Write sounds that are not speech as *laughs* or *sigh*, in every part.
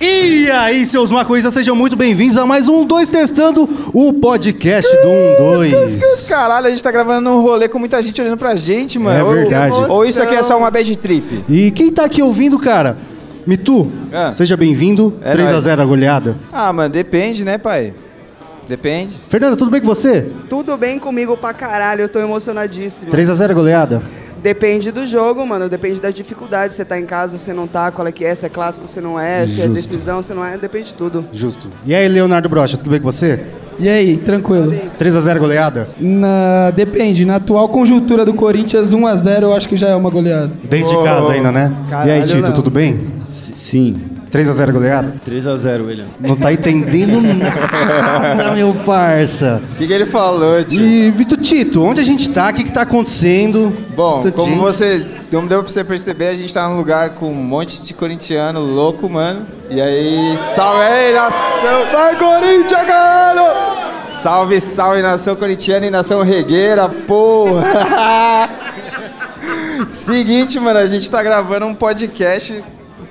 E aí, seus maconhistas, sejam muito bem-vindos a mais um Dois Testando, o podcast do Um Os- Dois. os- os- Caralho, a gente tá gravando um rolê com muita gente olhando pra gente, mano. É Ou- verdade. Ou, isso aqui é só uma bad trip. E quem tá aqui ouvindo, cara? Mitu, Ah. seja bem-vindo. É 3 a nóis. 0 a goleada. Ah, mano, depende, né, pai? Depende. Fernanda, tudo bem com você? Tudo bem comigo pra caralho, eu tô emocionadíssima. 3 a 0 a goleada. Depende do jogo, mano, depende das dificuldades. Você tá em casa, você não tá, qual é que é, se é clássico, se não é, se é Justo. decisão, se não é, depende de tudo. Justo. E aí, Leonardo Brocha, tudo bem com você? E aí, tranquilo? 3 a 0 goleada? Na- depende, na atual conjuntura do Corinthians, 1x0 eu acho que já é uma goleada. Dentro de casa ainda, né? e aí, Caralho, Tito, não. tudo bem? Sim, 3 a 0 goleada? 3x0, William. Não tá entendendo nada, meu parça. O que, que ele falou, tio? E, Mitu Tito, onde a gente tá? O que que tá acontecendo? Bom, Tanta como gente. você. Como deu pra você perceber, a gente tá num lugar com um monte de corintiano louco, mano. E aí, salve aí, nação! Vai, Corinthians, caralho! Salve, salve, nação corintiana e nação regueira, porra! *laughs* Seguinte, mano, a gente tá gravando um podcast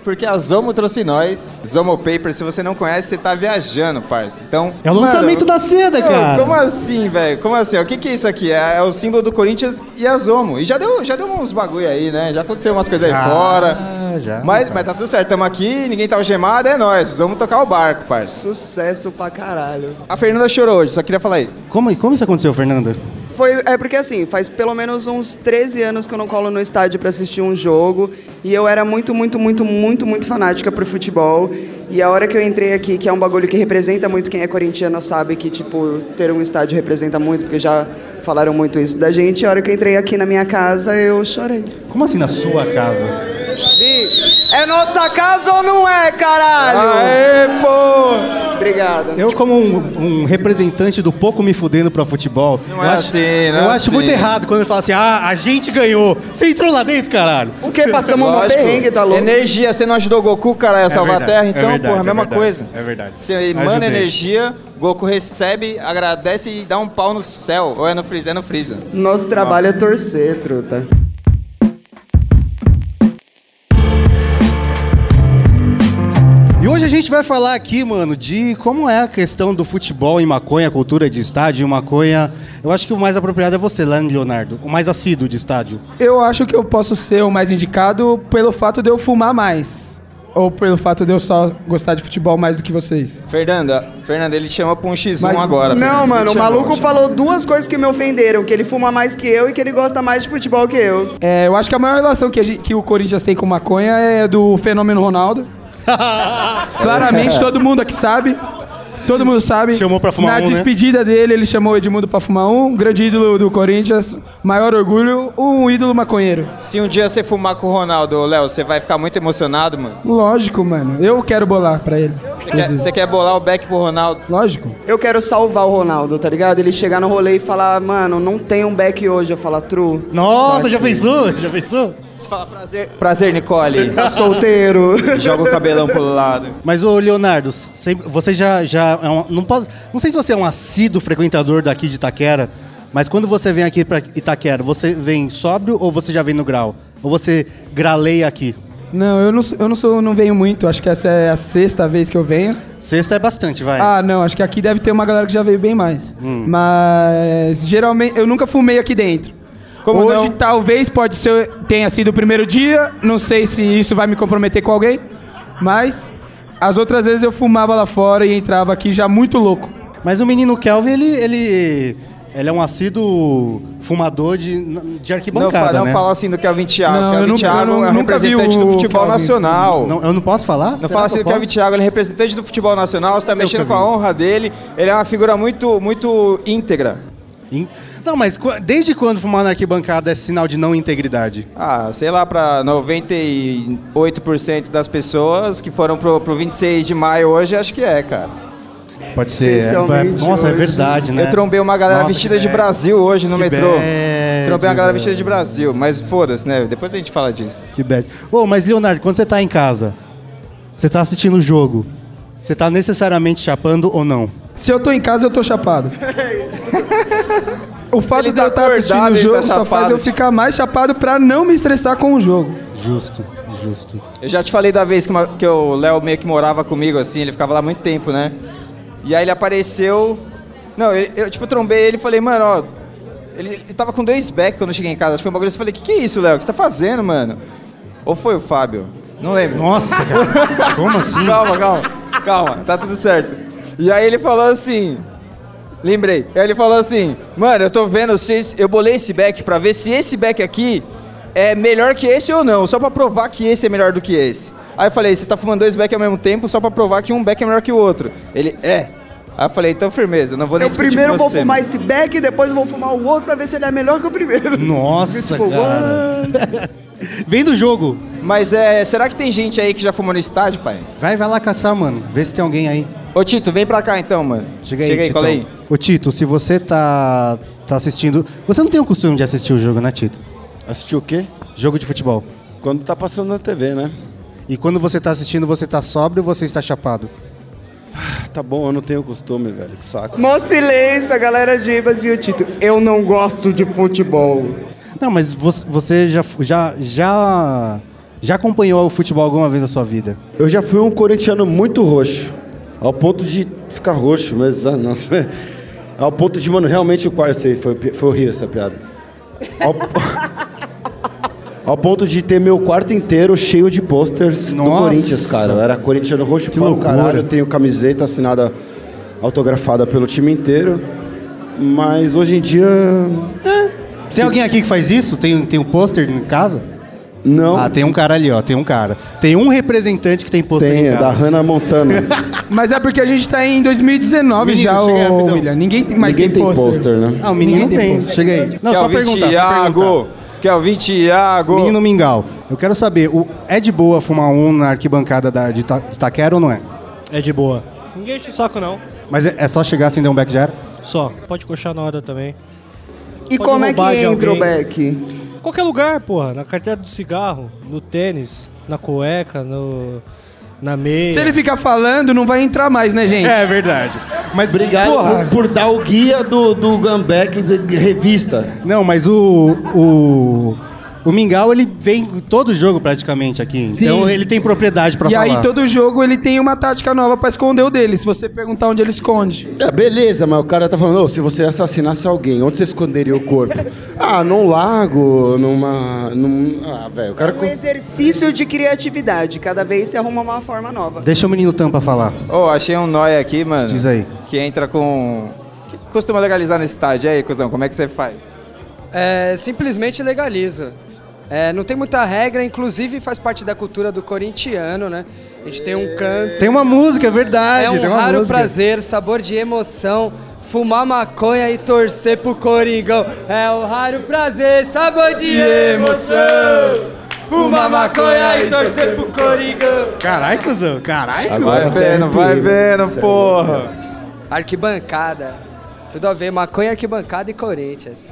porque a Zomo trouxe nós. Zomo Paper, se você não conhece, você tá viajando, parça. Então. É o mano, lançamento da seda, Ô, cara. Como assim, velho? Como assim? O que, que é isso aqui? É, é o símbolo do Corinthians e a Zomo. E já deu, já deu uns bagulho aí, né? Já aconteceu umas coisas aí Já, fora. Ah, já, mas, rapaz. mas tá tudo certo. Tamo aqui, ninguém tá algemado, é nóis. Vamos tocar o barco, parça. Sucesso pra caralho. A Fernanda chorou hoje, só queria falar isso. Como, como isso aconteceu, Fernanda? Foi, é porque assim, faz pelo menos uns 13 anos que eu não colo no estádio pra assistir um jogo. E eu era muito, muito, muito, muito, muito fanática pro futebol. E a hora que eu entrei aqui, que é um bagulho que representa muito quem é corintiano, sabe que, tipo, ter um estádio representa muito, porque já falaram muito isso da gente. A hora que eu entrei aqui na minha casa, eu chorei. Como assim na sua casa? É nossa casa ou não é, caralho? Aê, pô! Obrigada. Eu, como um, um representante do pouco me fudendo pra futebol, Não eu, é acho, assim, não é eu acho assim. muito errado quando ele fala assim: ah, a gente ganhou. Você entrou lá dentro, caralho. O que? Passamos um Lógico. perrengue, tá louco? Energia, você não ajudou o Goku, cara, a salvar verdade, a Terra, é então, verdade, porra, é mesma verdade, coisa. é verdade. Você manda Ajudei. energia, Goku recebe, agradece e dá um pau no céu. Ou é no Freeza, é no Freeza. Nosso trabalho é torcer, truta. E hoje a gente vai falar aqui, mano, de como é a questão do futebol em maconha, cultura de estádio em maconha. Eu acho que o mais apropriado é você, Lan Leonardo. O mais assíduo de estádio. *laughs* Eu acho que eu posso ser o mais indicado pelo fato de eu fumar mais. Ou pelo fato de eu só gostar de futebol mais do que vocês. Fernanda, Fernanda, ele te chama pra um X1 Mas- agora. Fernanda. Não, mano, Ele o te maluco chama. falou duas coisas que me ofenderam: que ele fuma mais que eu e que ele gosta mais de futebol que eu. É, eu acho que a maior relação que, a gente- que o Corinthians tem com maconha é do fenômeno Ronaldo. É. Claramente, todo mundo aqui sabe. Todo mundo sabe. Chamou pra fumar Na um, né? despedida dele, ele chamou o Edmundo pra fumar um. Grande ídolo do Corinthians. Maior orgulho, um ídolo maconheiro. Se um dia você fumar com o Ronaldo, ô, Léo, você vai ficar muito emocionado, mano. Lógico, mano. Eu quero bolar pra ele. Você quer, você quer bolar o back pro Ronaldo? Lógico. Eu quero salvar o Ronaldo, tá ligado? Ele chegar no rolê e falar, mano, não tem um back hoje. Eu falar, true. Nossa, já pensou? Já pensou? Você fala prazer. Prazer, Nicole. *laughs* *laughs* Tá solteiro. Joga o cabelão pro lado. Mas, ô Leonardo, sem- você já, já é um- não, posso, não sei se você é um assíduo frequentador daqui de Itaquera, mas quando você vem aqui pra Itaquera, você vem sóbrio ou você já vem no grau? Ou você graleia aqui? Não, eu não, sou- eu não sou, não venho muito. Acho que essa é a sexta vez que eu venho. Sexta é bastante, vai. Ah, não. Acho que aqui deve ter uma galera que já veio bem mais. Hum. Mas geralmente eu nunca fumei aqui dentro. Como Hoje não? talvez pode ser tenha sido o primeiro dia. Não sei se isso vai me comprometer com alguém. Mas as outras vezes eu fumava lá fora e entrava aqui já muito louco. Mas o menino Kelvin, ele, ele, ele é um assíduo fumador de, de Não, fa- arquibancada, não né? fala assim do Kelvin Thiago. Não, eu Kelvin nunca- Thiago eu é nunca representante vi o do futebol Kelvin. nacional. Não, Não, eu não posso falar? Será fala que assim eu do Kelvin posso? Thiago, ele é representante do futebol nacional, você tá mexendo com a honra dele. Ele é uma figura muito, muito íntegra. In- Não, mas qu- desde quando fumar na arquibancada é sinal de não integridade? Ah, sei lá, pra 98% das pessoas que foram pro, pro 26 de maio hoje, acho que é, cara. Pode ser. é- é- Especialmente nossa, é hoje. verdade, né? Eu trombei uma galera Nossa, vestida que de merda. Brasil hoje no Que metrô. bad, trombei uma velho. galera vestida de Brasil, mas foda-se, né? Depois a gente fala disso. Que bad. Ô, mas Leonardo, quando você tá em casa, você tá assistindo o jogo, você tá necessariamente chapando ou não? Se eu tô em casa, eu *laughs* tô chapado. O fato ele de tá eu estar acordado, assistindo o ele jogo tá só faz chapado, eu tipo. ficar mais chapado pra não me estressar com o jogo. Justo, Justo. Eu já te falei da vez que, uma- que o Léo meio que morava comigo, assim, ele ficava lá muito tempo, né? E aí ele apareceu. Não, eu, eu, tipo, trombei ele e falei, mano, ó. Ele, ele tava com dois back quando eu cheguei em casa. Acho que foi um bagulho. Eu falei, que que é isso, Léo? O que você tá fazendo, mano? Ou foi o Fábio? Não lembro. Nossa, cara. Como assim? *laughs* Calma, calma, calma, tá tudo certo. E aí ele falou assim. Lembrei. Aí ele falou assim: Mano, eu tô vendo vocês. Eu bolei esse back pra ver se esse back aqui é melhor que esse ou não. Só pra provar que esse é melhor do que esse. Aí eu falei: Você tá fumando dois back ao mesmo tempo só pra provar que um back é melhor que o outro. Ele é. Aí eu falei: Então, firmeza, não vou nem Eu discutir É primeiro com vou você, fumar mano." esse beck e depois eu vou fumar o outro pra ver se ele é melhor que o primeiro. Nossa, Tipo, cara. Vem do jogo. Mas é, será que tem gente aí que já fumou no estádio, pai? Vai, vai lá caçar, mano. Vê se tem alguém aí. Ô, Tito, vem pra cá então, mano. Chega aí, Titão. cola aí. Ô, Tito, se você tá, tá assistindo... Você não tem o costume de assistir o jogo, né, Tito? Assistir o quê? Jogo de futebol. Quando tá passando na TV, né? E quando você tá assistindo, você tá sóbrio ou você está chapado? Ah, Tá bom, eu não tenho costume, velho. Que saco. *laughs* Mó silêncio, a galera de Ibas e o Tito. Eu não gosto de futebol. Não, mas você, você já, já, já, já acompanhou o futebol alguma vez na sua vida? Eu já fui um corintiano muito roxo. Ao ponto de ficar roxo, mas ah, nossa. *laughs* Ao ponto de, mano, realmente o quarto aí foi, pi- foi horrível essa piada. Ao, *laughs* po- ao ponto de ter meu quarto inteiro cheio de posters do Nossa. Corinthians, cara. Eu era corintiano roxo para o loucura. caralho. Eu tenho camiseta assinada, autografada pelo time inteiro. Mas hoje em dia. Tem alguém aqui que faz isso? Tem, tem um pôster em casa? Não. Ah, tem um cara ali, ó. Tem um cara. Tem um representante que tem pôster tem, em é casa. da *laughs* Hannah Montana. Mas é porque a gente tá em 2019 Menino, já, chega aí, ô rapidão. William. Ninguém tem mais Ninguém tem tem pôster. pôster, né? Ah, o menino Ninguém tem tem. Chega aí. Não, Quer só ouvir perguntar, só perguntar. Thiago? Quer ouvir Thiago? Menino Mingau, eu quero saber, o- é de boa fumar um na arquibancada da, de, Ta, de Taquera ou não é? É de boa. Ninguém enche o saco, não. Mas é, é só chegar, acender um back já era? Só. Pode coxar na hora também. E Pode como é que roubar de entra o alguém. beck? Qualquer lugar, porra. Na carteira do cigarro, no tênis, na cueca, no... na meia. Se ele ficar falando, não vai entrar mais, né, gente? É verdade. Mas, Obrigado por, por dar o guia do, do Gambeck de- de revista. Não, mas o. O, o Mingau, ele vem em todo jogo praticamente aqui. Então ele tem propriedade pra E falar. aí, todo jogo ele tem uma tática nova pra esconder o dele. Se você perguntar onde ele esconde. É, beleza, mas o cara tá falando, "Ô, se você assassinasse alguém, onde você esconderia o *laughs* corpo? ah, num lago, numa. num- Ah, velho, o cara. Um co- exercício de criatividade. Cada vez se arruma uma forma nova. Deixa o menino Tampa falar. Ô, achei um nóia aqui, mano. Diz aí. Que entra com. Que costuma legalizar no estádio. E aí, cuzão, como é que você faz? É, simplesmente legaliza. É, não tem muita regra, inclusive faz parte da cultura do corintiano, né? A gente tem um canto. Tem uma música, é verdade. É tem um uma raro música. prazer, sabor de emoção. Fumar maconha e torcer pro Coringão. É um raro prazer, sabor de emoção. Fumar maconha e torcer pro Coringão. Caralho, cuzão. Caralho. Tá Vai vendo, vai né? vendo, porra. Arquibancada. Tudo a ver, maconha, arquibancada e Corinthians.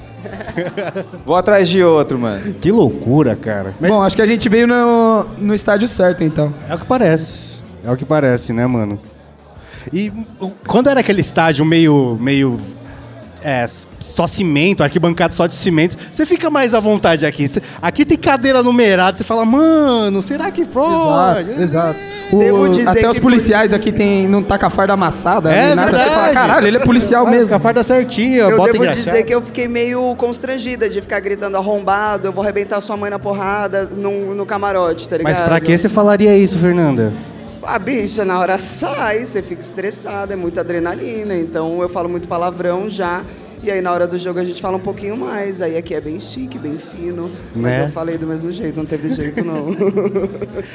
*laughs* Vou atrás de outro, mano. Que loucura, cara. Mas Bom, acho que a gente veio no, no estádio certo, então. é o que parece. É o que parece, né, mano? E o- quando era aquele estádio meio. meio. É, só cimento, arquibancada só de cimento, você fica mais à vontade aqui. Cê- Aqui tem cadeira numerada, você fala, mano, será que pode? Exato, exato. Devo O- dizer até que os policiais aqui tem, não tá com a farda amassada, É nem nada. Você fala, verdade. caralho, ele é policial Faz Com mesmo. a farda certinha, Eu bota devo engraxado. dizer que eu fiquei meio constrangida de ficar gritando arrombado, eu vou arrebentar sua mãe na porrada num- no, camarote, tá ligado? Mas pra que você falaria isso, Fernanda? A bicha na hora sai, você fica estressada, é muita adrenalina. Então eu falo muito palavrão já. E aí na hora do jogo a gente fala um pouquinho mais. Aí aqui é bem chique, bem fino. Mas Né? eu falei do mesmo jeito, não teve *laughs* jeito não.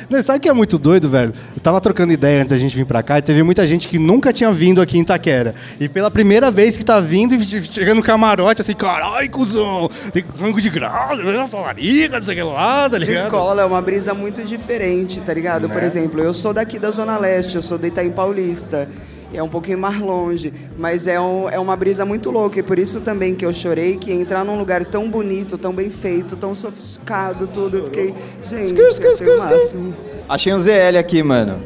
Não, sabe o que é muito doido, velho? Eu tava trocando ideia antes da gente vir pra cá e teve muita gente que nunca tinha vindo aqui em Itaquera. E pela primeira vez que tá vindo e che- chegando no camarote, assim, caralho, cuzão, tem rango de grau, talarica, não sei o que lá, tá de ligado? escola é uma brisa muito diferente, tá ligado? Por exemplo, eu sou daqui da Zona Leste, eu sou do Itaim Paulista. e É um pouquinho mais longe, mas é, um- é uma brisa muito louca. E por isso também que eu chorei, que entrar num lugar tão bonito, tão bem feito, tão sofisticado, tudo. Eu fiquei, gente, eu achei o máximo. Achei um ZL aqui, mano.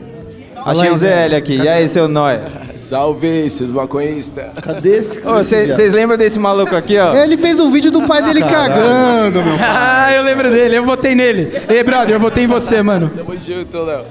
Achei um ZL aqui. E aí, seu nóia? Salve, seus maconhistas. Cadê esse cara? *laughs* Vocês lembram desse maluco aqui, ó? Ele fez um vídeo *laughs* do pai dele cagando, meu. Ah, eu lembro dele, eu votei nele. Ei, brother, eu votei em você, mano. Tamo junto, Léo. né?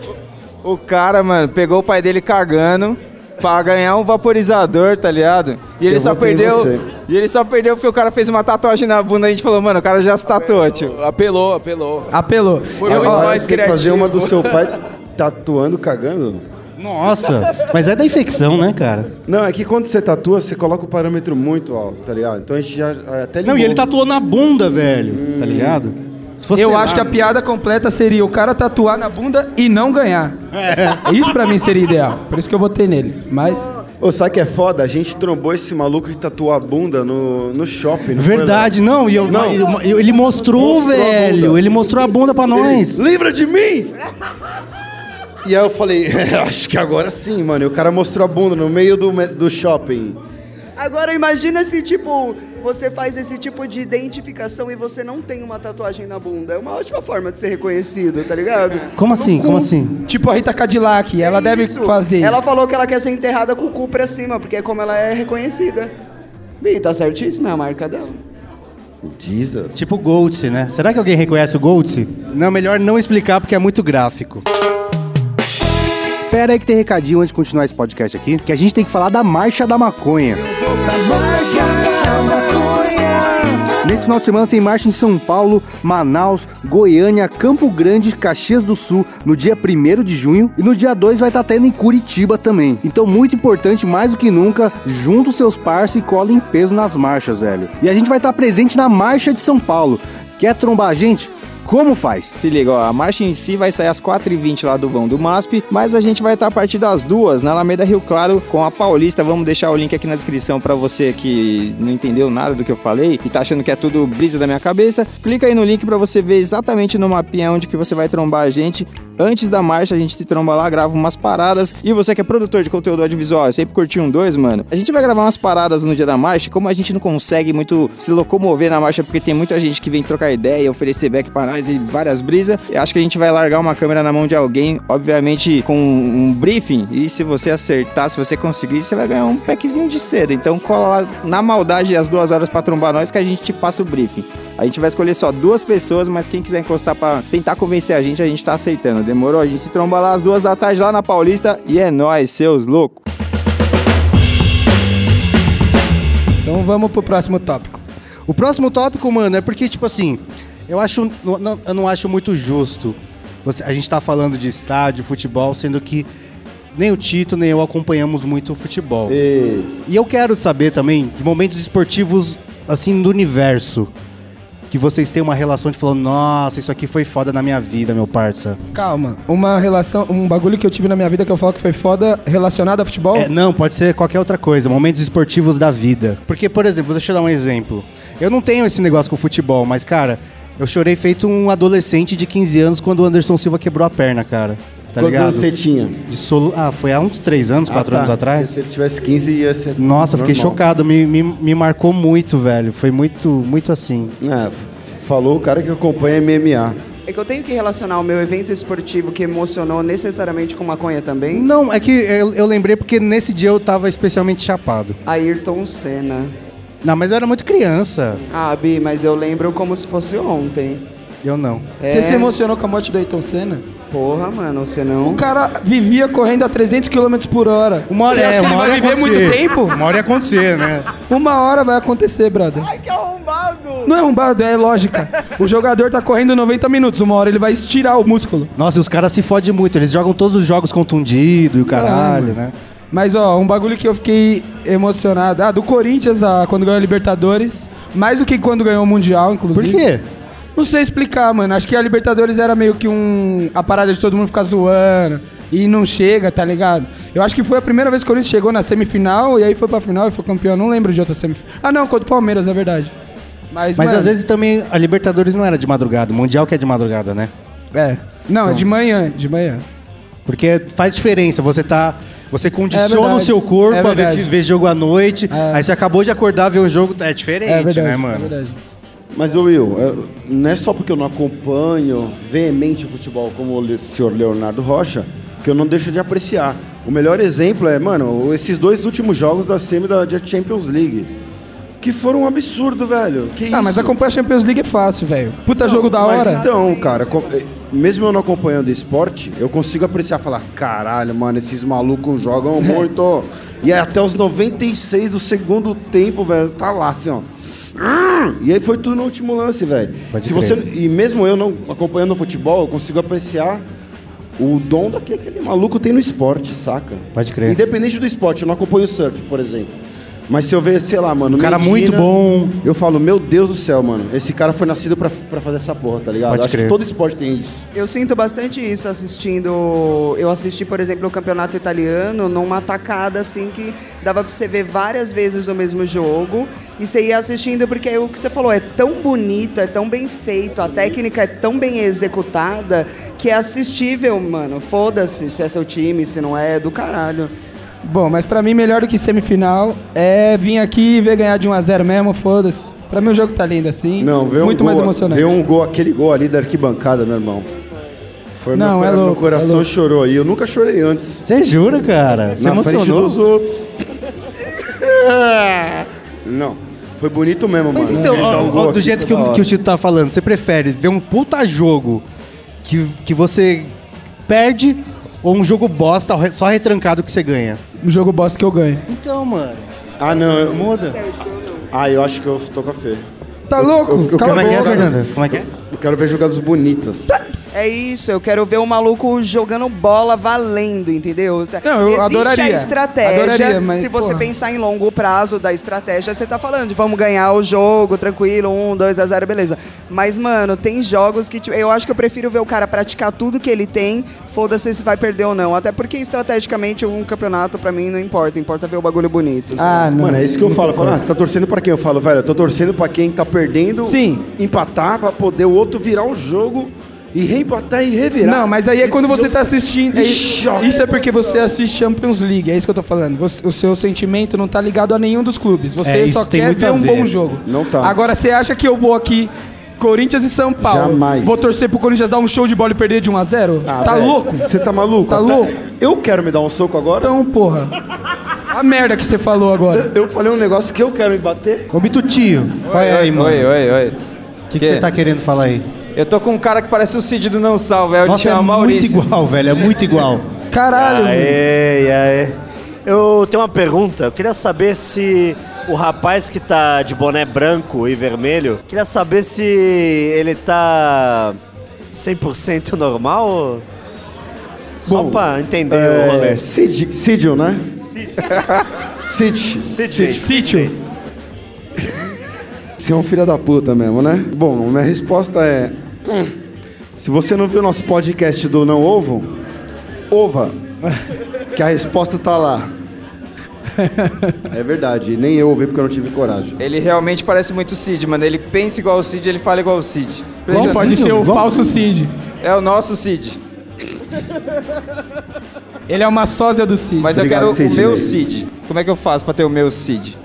O cara, mano, pegou o pai dele cagando pra ganhar um vaporizador, tá ligado? E ele Eu só votei em perdeu. você. E ele só perdeu porque o cara fez uma tatuagem na bunda. A gente falou, mano, o cara já se tatuou, tio. Apelou, apelou. Apelou. Foi muito Agora mais você É, tem que criativo. fazer uma do seu pai *laughs* tatuando, cagando? Nossa, mas é da infecção, né, cara? Não, é que quando você tatua, você coloca o parâmetro muito alto, tá ligado? Então a gente já até Não, limou. e ele tatuou na bunda, velho, tá ligado? Se fosse, Eu sei acho que lá, a piada completa seria o cara tatuar na bunda e não ganhar. É. Isso pra mim seria ideal. Por isso que eu votei nele. Mas. Ô, sabe que é foda? A gente trombou esse maluco que tatuou a bunda no, no shopping. não foi, Verdade, não, e eu, eu- eu- ele mostrou, Mostrou a velho. bunda. Ele mostrou a bunda pra nós. Léo? Livra de mim! *laughs* E aí eu falei, *laughs* "É, acho que agora sim, mano. E o cara mostrou a bunda no meio do, me- do shopping. Agora imagina se, tipo, você faz esse tipo de identificação e você não tem uma tatuagem na bunda. É uma ótima forma de ser reconhecido, tá ligado? Como assim? Como assim? Tipo a Rita Cadillac, ela deve Isso. fazer. Ela isso. falou que ela quer ser enterrada com o cu pra cima, porque é como ela é reconhecida. Bem, tá certíssima, é a marca dela. Jesus. Tipo o Goltz, né? Será que alguém reconhece o Goltz? Não, melhor não explicar porque é muito gráfico. Pera aí que tem recadinho antes de continuar esse podcast aqui, que a gente tem que falar da Marcha da Maconha. Nesse final de semana tem marcha em São Paulo, Manaus, Goiânia, Campo Grande, Caxias do Sul, no dia 1 de junho. E no dia 2 vai estar tendo em Curitiba também. Então, muito importante, mais do que nunca, junta os seus parceiros e cola em peso nas marchas, velho. E a gente vai estar presente na Marcha de São Paulo. Quer trombar a gente? Como faz? Se liga, ó, a marcha em si vai sair às 4h20 lá do vão do MASP, mas a gente vai estar a partir das duas na Alameda Rio Claro com a Paulista. Vamos deixar o link aqui na descrição pra você que não entendeu nada do que eu falei e tá achando que é tudo brisa da minha cabeça. Clica aí no link pra você ver exatamente no mapinha onde que você vai trombar a gente. Antes da marcha, a gente se tromba lá, grava umas paradas. E você que é produtor de conteúdo audiovisual, eu sempre curti um dois, mano. A gente vai gravar umas paradas no dia da marcha. Como a gente não consegue muito se locomover na marcha, porque tem muita gente que vem trocar ideia, oferecer back pra nós e várias brisas, eu acho que a gente vai largar uma câmera na mão de alguém, obviamente com um briefing. E se você acertar, se você conseguir, você vai ganhar um packzinho de seda. Então cola lá na maldade às duas horas pra trombar nós que a gente te passa o briefing. A gente vai escolher só duas pessoas, mas quem quiser encostar pra tentar convencer a gente, a gente tá aceitando. Demorou? A gente se tromba lá às duas da tarde lá na Paulista e é nóis, seus loucos. Então vamos pro próximo tópico. O próximo tópico, mano, é porque, tipo assim, eu acho. não- não- eu não acho muito justo. você- a gente tá falando de estádio, futebol, sendo que nem o Tito, nem eu acompanhamos muito o futebol. E... E eu quero saber também de momentos esportivos, assim, do universo. Que vocês têm uma relação de falando, nossa, isso aqui foi foda na minha vida, meu parça. Calma. Uma relação. Um bagulho que eu tive na minha vida que eu falo que foi foda relacionado a futebol. Oh. É, não, pode ser qualquer outra coisa, momentos esportivos da vida. Porque, por exemplo, deixa eu dar um exemplo. Eu não tenho esse negócio com futebol, mas, cara, eu chorei feito um adolescente de 15 anos quando o Anderson Silva quebrou a perna, cara. Tá Quantos ligado? anos você tinha? De solo... Ah, foi há uns 3 anos, Ah, 4 tá. anos atrás. Se ele tivesse 15, ia ser. Nossa, fiquei normal. chocado, me, me, me marcou muito, velho. Foi muito, muito assim. É, f- falou o cara que acompanha MMA. É que eu tenho que relacionar o meu evento esportivo que emocionou necessariamente com maconha também. Não, é que eu, eu lembrei porque nesse dia eu tava especialmente chapado. Ayrton Senna. Não, mas eu era muito criança. Ah, Bi, mas eu lembro como se fosse ontem. Eu não. Você se emocionou com a morte do Ayrton Senna? Porra, mano, você O não. cara vivia correndo a 300 km por hora. Uma hora, Você é, acha que uma ele hora vai ia viver muito acontecer. tempo? Uma hora ia acontecer, né? Uma hora vai acontecer, brother. Ai, que arrombado! Não é arrombado, *laughs* é lógica. O jogador tá correndo 90 minutos, uma hora ele vai estirar o músculo. Nossa, e os caras se fodem muito. Eles jogam todos os jogos contundido e o caralho, Ah, né? Mas ó, um bagulho que eu fiquei emocionado. Ah, do Corinthians, ah, quando ganhou a Libertadores. Mais do que quando ganhou o Mundial, Por inclusive. quê? Não sei explicar, mano. Acho que a Libertadores era meio que um. a parada de todo mundo ficar zoando. E não chega, tá ligado? Eu acho que foi a primeira vez que o Corinthians chegou na semifinal e aí foi pra final e foi campeão. Não lembro de outra semifinal. Ah, não, contra o Palmeiras, é verdade. Mas, Mas mano, às vezes também a Libertadores não era de madrugada. O Mundial que é de madrugada, né? É. Não, é Então. de manhã, de manhã. Porque faz diferença, você tá. Você condiciona o verdade, seu corpo é a ver, verdade. ver jogo à noite. Aí você acabou de acordar, ver um jogo. É diferente, É verdade, né, mano? é verdade. Mas, ô Will, eu- é não é só porque eu não acompanho veemente o futebol como o le- senhor Leonardo Rocha, que eu não deixo de apreciar. O melhor exemplo é, mano, esses dois últimos jogos da semi da da Champions League. Que foram um absurdo, velho. Que Ah, mas isso? acompanhar a Champions League é fácil, velho. Puta jogo da Mas hora. então, cara, co- eh, mesmo eu não acompanhando esporte, eu consigo apreciar falar: caralho, mano, esses malucos *laughs* jogam muito. e aí, até os 96 do segundo tempo, velho, tá lá assim, ó. Hum! E aí foi tudo no último lance, velho. Pode Se crer. você E mesmo eu não acompanhando o futebol, eu consigo apreciar o dom da que aquele maluco tem no esporte, saca? Pode crer. Independente do esporte, eu não acompanho o surf, por exemplo. Mas se eu ver, sei lá, mano, Cara é Medina, muito bom. Então, eu falo, meu Deus do céu, mano. Esse cara foi nascido pra, pra fazer essa porra, tá ligado? Pode Acho crer. que todo esporte tem isso. Eu sinto bastante isso assistindo. Eu assisti, por exemplo, o campeonato italiano numa tacada assim que dava pra você ver várias vezes o mesmo jogo e você ia assistindo porque é o que você falou é tão bonito, é tão bem feito, a técnica é tão bem executada que é assistível, mano. Foda-se se é seu time, se não é, é do caralho. Bom, mas pra mim, melhor do que semifinal é vir aqui e ver ganhar de 1x0 mesmo, foda-se. Pra mim, o jogo tá lindo assim. Não, vê Muito um gol, mais emocionante. Vê um gol, aquele gol ali da arquibancada, meu irmão. Foi Não, meu, é meu louco, é coração louco. chorou. E eu nunca chorei antes. Você jura, cara? Você na frente dos emocionou. outros. *laughs* Não, foi bonito mesmo, Mas mano. então, Ele dá ó, um ó, gol do aqui, jeito foi que, da o- hora. que o Tito tá falando, você prefere ver um puta jogo que, que você perde ou um jogo bosta re- só retrancado que você ganha? Um jogo bosta que eu ganho. Então, mano, Ah, não. Eu... muda. Ah, eu acho que eu tô com a Fê. Tá louco? eu- eu Cala Como a é que é, boca. Fernando? Como é que é? Eu quero ver jogadas bonitas. É isso, eu quero ver o maluco jogando bola valendo, entendeu? Não, eu Existe a adoraria. estratégia. Adoraria, mas, se você porra. pensar em longo prazo da estratégia, você tá falando de vamos ganhar o jogo, tranquilo, um, dois a zero, beleza. Mas, mano, tem jogos que. tipo, eu acho que eu prefiro ver o cara praticar tudo que ele tem, foda-se se vai perder ou não. Até porque estrategicamente um campeonato, pra mim, não importa. Importa ver o bagulho bonito. sabe? Ah, não. Mano, é isso que eu falo. Eu falo, ah, você tá torcendo pra quem? Eu falo, velho, eu tô torcendo pra quem tá perdendo, Sim. empatar, pra poder o outro virar o jogo e reempatar e revirar. Não, mas aí é quando você tá assistindo. é- Ixi, ó. isso é porque você assiste Champions League, é isso que eu tô falando. Você- o seu sentimento não tá ligado a nenhum dos clubes. Você É, isso só tem quer muito ver a um ver. bom jogo. Não tá. Agora você acha que eu vou aqui. Corinthians e São Paulo. Jamais. Vou torcer pro Corinthians dar um show de bola e perder de 1 a 0 Ah, Tá velho, louco? Você tá maluco? Tá Até- louco? Eu quero me dar um soco agora. Então, porra. A merda que você falou agora. Eu falei um negócio que eu quero me bater. Ô, Bitutio, qual é aí, mano? Oi, O oi, oi. que que quê? você tá querendo falar aí? Eu tô com um cara que parece o Cid do Não Salva, é o Nossa, é Tião muito Maurício. igual, velho, é muito *laughs* igual. Caralho. mano. Aê, aê. Eu tenho uma pergunta. Eu queria saber se o rapaz que tá de boné branco e vermelho, queria saber se ele tá 100% normal. ou- Só Bom, pra entender o É, rolê. Cid, Cidio, né? *laughs* Cid. Cid. Sítio. Você é um filho da puta mesmo, né? Bom, minha resposta é... hum, Se você não viu nosso podcast do Não Ovo, ova, *laughs* que a resposta tá lá. É verdade, nem eu ouvi porque eu não tive coragem. Ele realmente parece muito o Cid, mano. Ele pensa igual o Cid, ele fala igual o Cid. Bom, Impressionante. assim, pode ser o vamos- falso Cid. É o nosso Cid. Ele é uma sósia do Cid. Mas Obrigado, eu quero Cid, o meu velho. Cid. Como é que eu faço pra ter o meu Cid?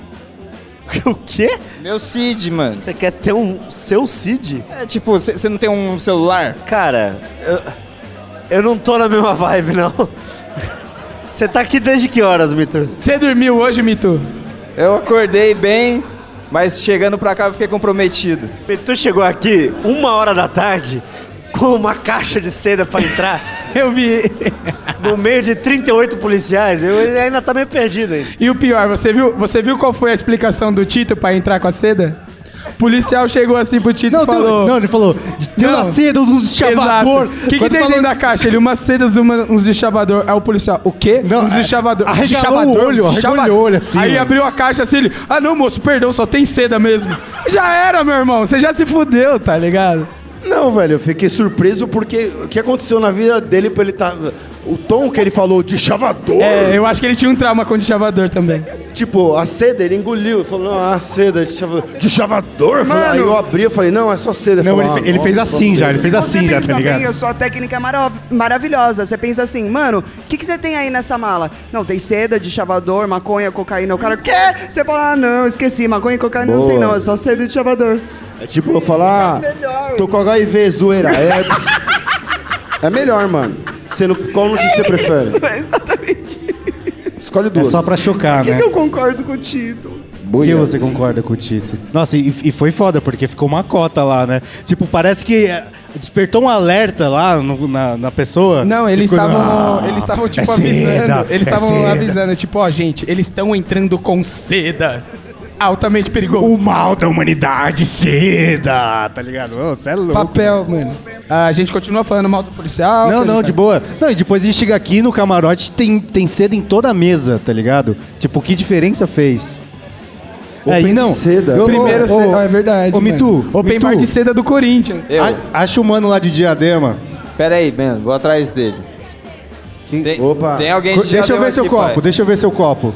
*laughs* O quê? Meu Cid, mano. Você quer ter um seu Cid? É tipo, você não tem um celular? Cara, eu, eu não tô na mesma vibe, não. *laughs* Você tá aqui desde que horas, Mito? Você dormiu hoje, Mitu? Eu acordei bem, mas chegando pra cá eu fiquei comprometido. Mito chegou aqui uma hora da tarde com uma caixa de seda pra entrar. Eu vi. No meio de 38 policiais, eu ele ainda tá meio perdido ainda. E o pior, você viu, você viu qual foi a explicação do Tito pra entrar com a seda? O policial chegou assim pro Tito e Não, tem- um- falou... não, ele falou, tem Não. uma seda, uns chavador. Exato. O que, que Quando tem falou- dentro da caixa? Ele, umas sedas, uma, uns deschavador. Aí o policial, o quê? Não, uns é- deschavador. arregalou Deschavador? o olho, arregalou Deschava- o olho, assim, Aí mano. abriu a caixa assim, ele, ah não, moço, perdão, só tem seda mesmo. Já era, meu irmão, você já se fudeu, tá ligado? Não, velho, eu fiquei surpreso porque o que aconteceu na vida dele pra ele tá. O tom que ele falou de chavador. É, eu acho que ele tinha um trauma com o deschavador também. Tipo, a seda, ele engoliu. Falou, não, a seda de chavador. De chavador? Eu falei, Mano. Aí eu abri eu falei, não, é só seda. Não, Falei, ele, ah, fe- ele fez nossa, assim já, ele fez Você assim já, pensa tá ligado? bem, eu sou a técnica mara- maravilhosa. Você pensa assim, mano, o que, que você tem aí nessa mala? Não, tem seda de chavador, maconha, cocaína. O cara, quê? Você fala, ah, não, esqueci, maconha e cocaína não Boa. tem não, é só seda de chavador. É tipo, eu falar, ah, tô com HIV, zoeira. É, é melhor, mano. Você não, qual notícia você prefere? *laughs* Isso, é exatamente. Escolhe duas. É só pra chocar, Por que, né? que eu concordo com o Tito? Por que você concorda com o Tito? Nossa, e, e foi foda, porque ficou uma cota lá, né? Tipo, parece que eh, despertou um alerta lá no- na, na pessoa. Não, E eles ficou, estavam. "Ah, Eles estavam, tipo, é avisando. seda, eles é estavam seda." avisando, tipo, ó, gente, eles estão entrando com seda. Altamente perigoso. O mal da humanidade, seda, tá ligado? Ô, Você é louco. Papel, mano. A gente continua falando mal do policial. Não, que tá- não, ele de boa. Não, e depois a gente chega aqui no camarote, tem, tem seda em toda a mesa, tá ligado? Tipo, que diferença fez? Open Aí não. de seda. Eu- Primeiro, ô, seda- ô, é verdade. Ô, mano. Mitu. Open Mitu, bar de seda do Corinthians. Eu. a- Acha o mano lá de diadema. Pera aí, mano, vou atrás dele. Tem, Opa. tem alguém Co- de deixa eu Diadema ver seu aqui, copo, pai. deixa eu ver seu copo.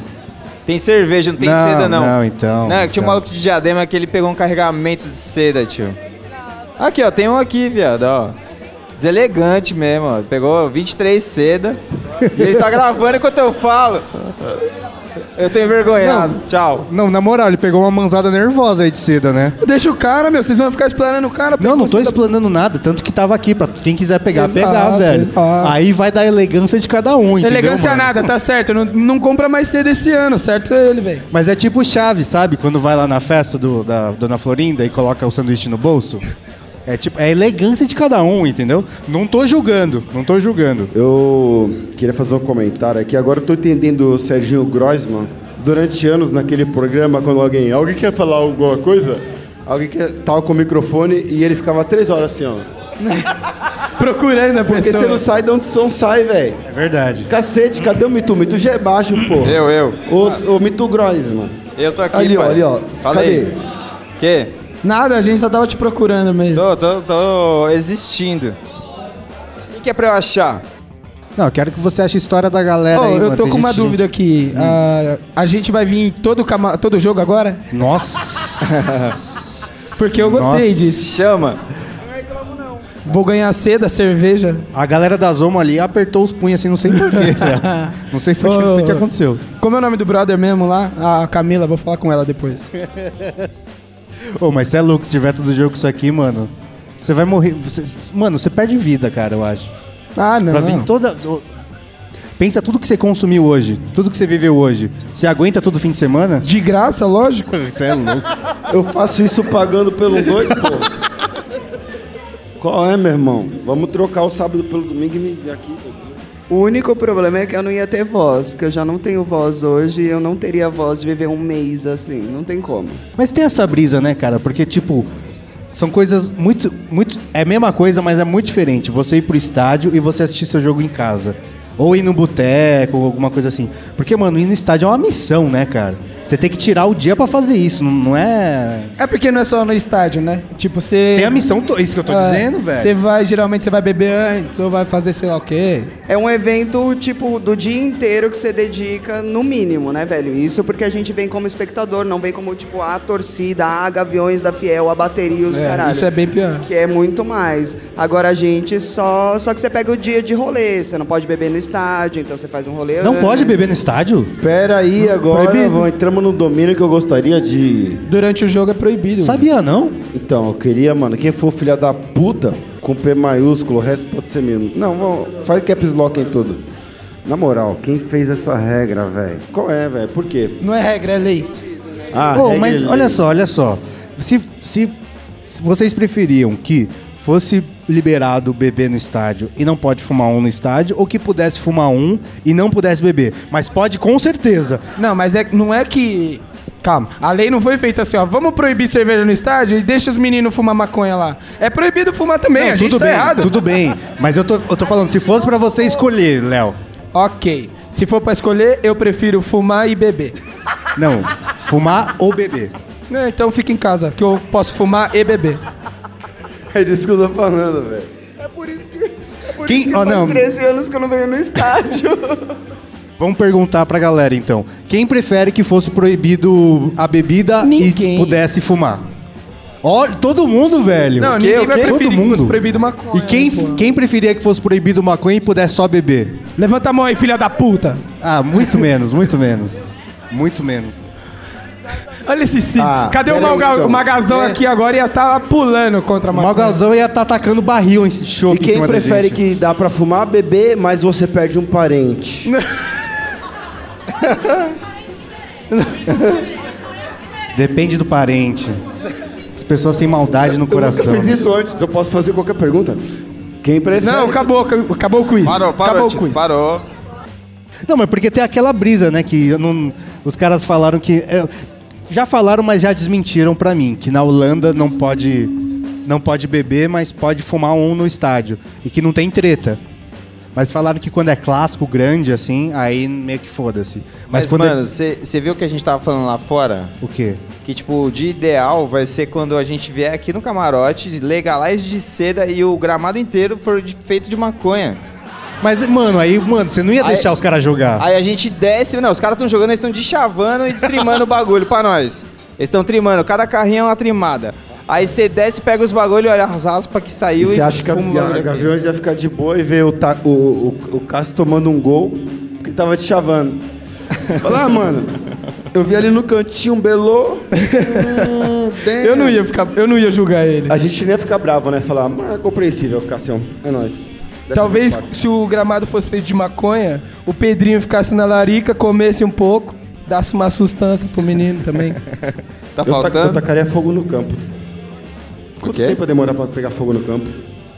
Tem cerveja, não tem Não, seda, não. não, então, Não, é que tinha um então. maluco de diadema que ele pegou um carregamento de seda, tio. Aqui, ó, tem um aqui, viado, ó. Deselegante mesmo, ó. Pegou 23 seda. e ele tá gravando enquanto eu falo. Eu tô envergonhado. Tchau. Não, na moral, ele pegou uma manzada nervosa aí de seda, né? Deixa o cara, meu. Vocês vão ficar explanando o cara. Não, não tô preconceito- explanando nada, tanto que tava aqui, pra quem quiser pegar, Exato, pegar, velho. exato. Aí vai da elegância de cada um, entendeu? Elegância mano? nada, tá certo. Não, não compra mais seda esse ano, certo ele, velho. Mas é tipo chave, sabe? Quando vai lá na festa do, da Dona Florinda e coloca o sanduíche no bolso. É tipo, é a elegância de cada um, entendeu? Não tô julgando, não tô julgando. Eu queria fazer um comentário aqui. Agora eu tô entendendo o Serginho Grossman. Durante anos naquele programa, quando alguém. Alguém quer falar alguma coisa? Alguém que tava com o microfone e ele ficava três horas assim, ó. Procurando a Porque pessoa. você não sai de onde o som sai, velho. É verdade. Cacete, cadê o Mitu? Mitu já é baixo, pô. Eu, eu. O, o Mitu Grossman. Eu tô aqui, Ali, ó, pai. ali, ó. Falei. Cadê? Que? Nada, a gente só tava te procurando mesmo. Tô, tô, tô existindo. O que é pra eu achar? Não, eu quero que você ache a história da galera Ô, aí, eu mano. tô Tem com uma gente- dúvida aqui. Ah, a gente vai vir em todo, cama- todo jogo agora? Nossa! Porque eu gostei Nossa. disso. Chama. Vou ganhar seda, cerveja. a galera da Zoma ali apertou os punhos assim, não sei *laughs* porquê, velho. Não sei porquê, não sei o que Ô. aconteceu. Como é o nome do brother mesmo lá? A Camila, vou falar com ela depois. Ô, mas você é louco, se tiver todo jogo com isso aqui, mano. Você vai morrer. você- mano, você perde vida, cara, eu acho. Ah, não. Pra vir toda. o- Pensa tudo que você consumiu hoje, tudo que você viveu hoje. Você aguenta todo fim de semana? De graça, lógico. Você é louco. Eu faço isso pagando pelo dois, pô. Qual é, meu irmão? Vamos trocar o sábado pelo domingo e me ver aqui. O único problema é que eu não ia ter voz, porque eu já não tenho voz hoje e eu não teria voz de viver um mês assim. Não tem como. Mas tem essa brisa, né, cara? Porque, tipo, são coisas muito. muito é a mesma coisa, mas é muito diferente. Você ir pro estádio e você assistir seu jogo em casa. Ou ir no boteco, ou alguma coisa assim. Porque, mano, ir no estádio é uma missão, né, cara? Você tem que tirar o dia pra fazer isso, não, não é. É porque não é só no estádio, né? Tipo, você. Tem a missão, to- é isso que eu tô Ah, dizendo, Você velho. vai, geralmente você vai beber antes, ou vai fazer sei lá o quê. É um evento, tipo, do dia inteiro que você dedica, no mínimo, né, velho? Isso porque a gente vem como espectador, não vem como, tipo, a torcida, a Gaviões da Fiel, a bateria, os É, caralho. isso é bem pior. Que é muito mais. Agora a gente só. Só que você pega o dia de rolê. Você não pode beber no estádio, então você faz um rolê. Não antes. pode beber no estádio? Pera aí, agora Proibido. vamos, entramos no domínio que eu gostaria de. Durante o jogo é proibido. Sabia, não? Então, eu queria, mano, quem for filha da puta, com P maiúsculo, o resto pode ser menos. Não, vamos, faz caps lock em tudo. Na moral, quem fez essa regra, velho? Qual é, velho? Por quê? Não é regra, é lei. Ah, Ô, regra mas de- olha só, olha só. Se, se, se vocês preferiam que fosse liberado beber no estádio e não pode fumar um no estádio, ou que pudesse fumar um e não pudesse beber. Mas pode com certeza. Não, mas é, não é que. Calma, a lei não foi feita assim, ó. Vamos proibir cerveja no estádio e deixa os meninos fumar maconha lá. É proibido fumar também, Não, a gente tudo tá bem, errado. tudo bem. Mas eu tô, eu tô falando, se fosse pra você escolher, Léo. Ok. Se for pra escolher, eu prefiro fumar e beber. Não, fumar ou beber. É, então fica em casa, que eu posso fumar e beber. É disso que eu tô falando, velho. É por isso que. É por Quem- isso que ó, faz não. 13 anos que eu não venho no estádio. *laughs* Vamos perguntar pra galera então. Quem prefere que fosse proibido a bebida Ninguém. e pudesse fumar? Olha, todo mundo, velho. Não, O ninguém O vai preferir todo que mundo. fosse proibido maconha, E quem, né? pô. quem preferia que fosse proibido maconha e pudesse só beber? Levanta a mão aí, filha da puta. Ah, muito menos, muito menos. Muito menos. Olha esse sim. Ah, Cadê o, pera aí, Malga- então. o Magazão É. aqui agora ia estar pulando contra a O Malgazão ia estar atacando barril em show E quem prefere que dá pra fumar, beber, mas você perde um parente? Depende do parente. As pessoas têm maldade no coração. Eu fiz isso antes, eu posso fazer qualquer pergunta. Quem prefere? Não, acabou, acabou o quiz. Parou, parou, Acabou acabou o Tito, quiz. parou. Não, mas porque tem aquela brisa, né? Que não- os caras falaram que. é, já falaram, mas já desmentiram pra mim. Que na Holanda não pode, não pode beber, mas pode fumar um no estádio. E que não tem treta. Mas falaram que quando é clássico, grande, assim, aí meio que foda-se. Mas, quando mano, é... você viu o que a gente tava falando lá fora? O quê? Que, tipo, de ideal vai ser quando a gente vier aqui no camarote, legalize de seda e o gramado inteiro for de- feito de maconha. Mas, mano, aí, mano, você não ia deixar os caras jogar. Ah. Aí a gente desce, não, os caras estão jogando, eles estão deschavando e trimando o bagulho pra nós. Eles estão trimando, cada carrinho é uma trimada. Aí você desce, pega os bagulhos, olha as aspas que E saiu e, Você acha que a, fuma o a bagulho. Gaviões ia ficar de boa e ver o, ta, o, o, o Cássio tomando um gol que tava te chavando? Fala, ah, mano, eu vi ali no cantinho um belô. eu não ia ficar, eu não ia julgar ele. A gente nem ia ficar bravo, né? Falar, mas é compreensível, Cássio, é nóis. Dessa Talvez vez passa. se o gramado fosse feito de maconha, o Pedrinho ficasse na larica, comesse um pouco, dasse uma sustância pro menino também. Tá eu ta- Eu tacaria fogo no campo. Quanto tempo ia demorar pra pegar fogo no campo?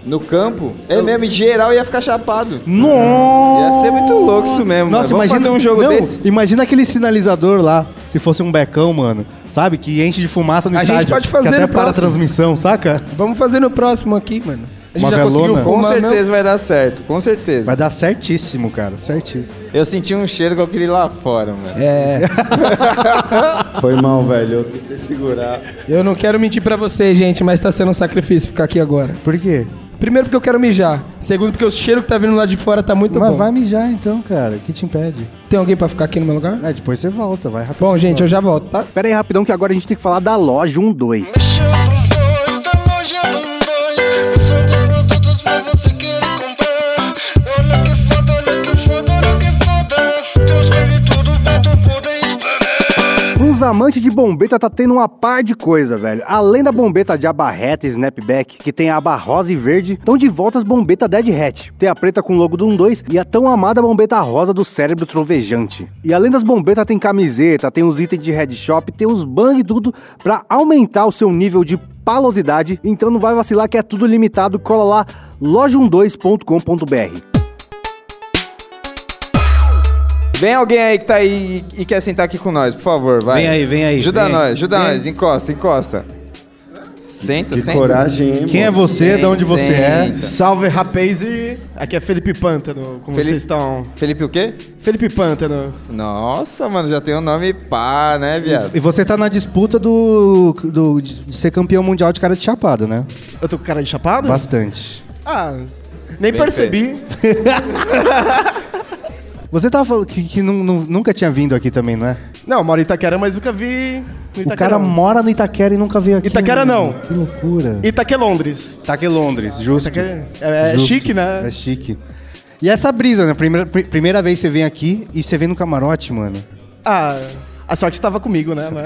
No campo? É mesmo, em geral ia ficar chapado. Nossa! Ia ser muito louco isso mesmo. Nossa, mano. Vamos imagina fazer um jogo não, desse. Imagina aquele sinalizador lá, se fosse um becão, mano. Sabe? Que enche de fumaça no A gente estádio. pode fazer que até no para a próximo. transmissão, saca? Vamos fazer no próximo aqui, mano. A gente Uma já conseguiu velona. fumar, Com certeza mesmo? vai dar certo, com certeza. Vai dar certíssimo, cara. Certíssimo. Eu senti um cheiro que eu queria ir lá fora, mano. É. Foi mal, velho. Eu tentei segurar. Eu não quero mentir pra vocês, gente, mas tá sendo um sacrifício ficar aqui agora. Por quê? Primeiro porque eu quero mijar. Segundo porque o cheiro que tá vindo lá de fora tá muito Mas bom. vai mijar então, cara. O que te impede? Tem alguém pra ficar aqui no meu lugar? É, depois você volta, vai rapidão. Bom, gente, eu já volto, tá? Pera aí, rapidão, que agora a gente tem que falar da loja 12. Os amantes de bombeta tá tendo uma par de coisa, velho. Além da bombeta de aba reta e snapback, que tem a aba rosa e verde, estão de volta as bombeta Dead Hat. Tem a preta com o logo do 1-2 e a tão amada bombeta rosa do cérebro trovejante. E além das bombetas, tem camiseta, tem os itens de headshop, tem os bang e tudo pra aumentar o seu nível de palosidade. Então não vai vacilar que é tudo limitado. Cola lá loja12.com.br. Vem alguém aí que tá aí e e quer sentar aqui com nós, por favor, vai. Vem aí, vem aí, Ajuda vem aí. nós, ajuda Vem. nós, encosta, encosta. Senta, Que senta. coragem, hein, Quem é você? de onde você é? Salve, rapaz! E aqui é Felipe Pântano, como Felipe- vocês estão? Felipe o quê? Felipe Pântano. Nossa, mano, já tem um nome pá, né, viado? E você tá na disputa do, do- de ser campeão mundial de cara de chapado, né? Eu tô com cara de chapado? Bastante. Ah, nem Bem percebi. Você tava falando que, que nu- nu- nunca tinha vindo aqui também, não é? Não, moro em Itaquera, mas nunca vi no O cara Itaquera. mora no Itaquera e nunca veio aqui. né, Itaquera mano. não. Que loucura. Itaque Londres. Itaque Londres, justo. Itaque- é- é chique, né? É chique. E essa brisa, né? Primeira, pri- primeira vez você vem aqui e você vem no camarote, mano. Ah, a sorte estava comigo, né? *laughs* mano?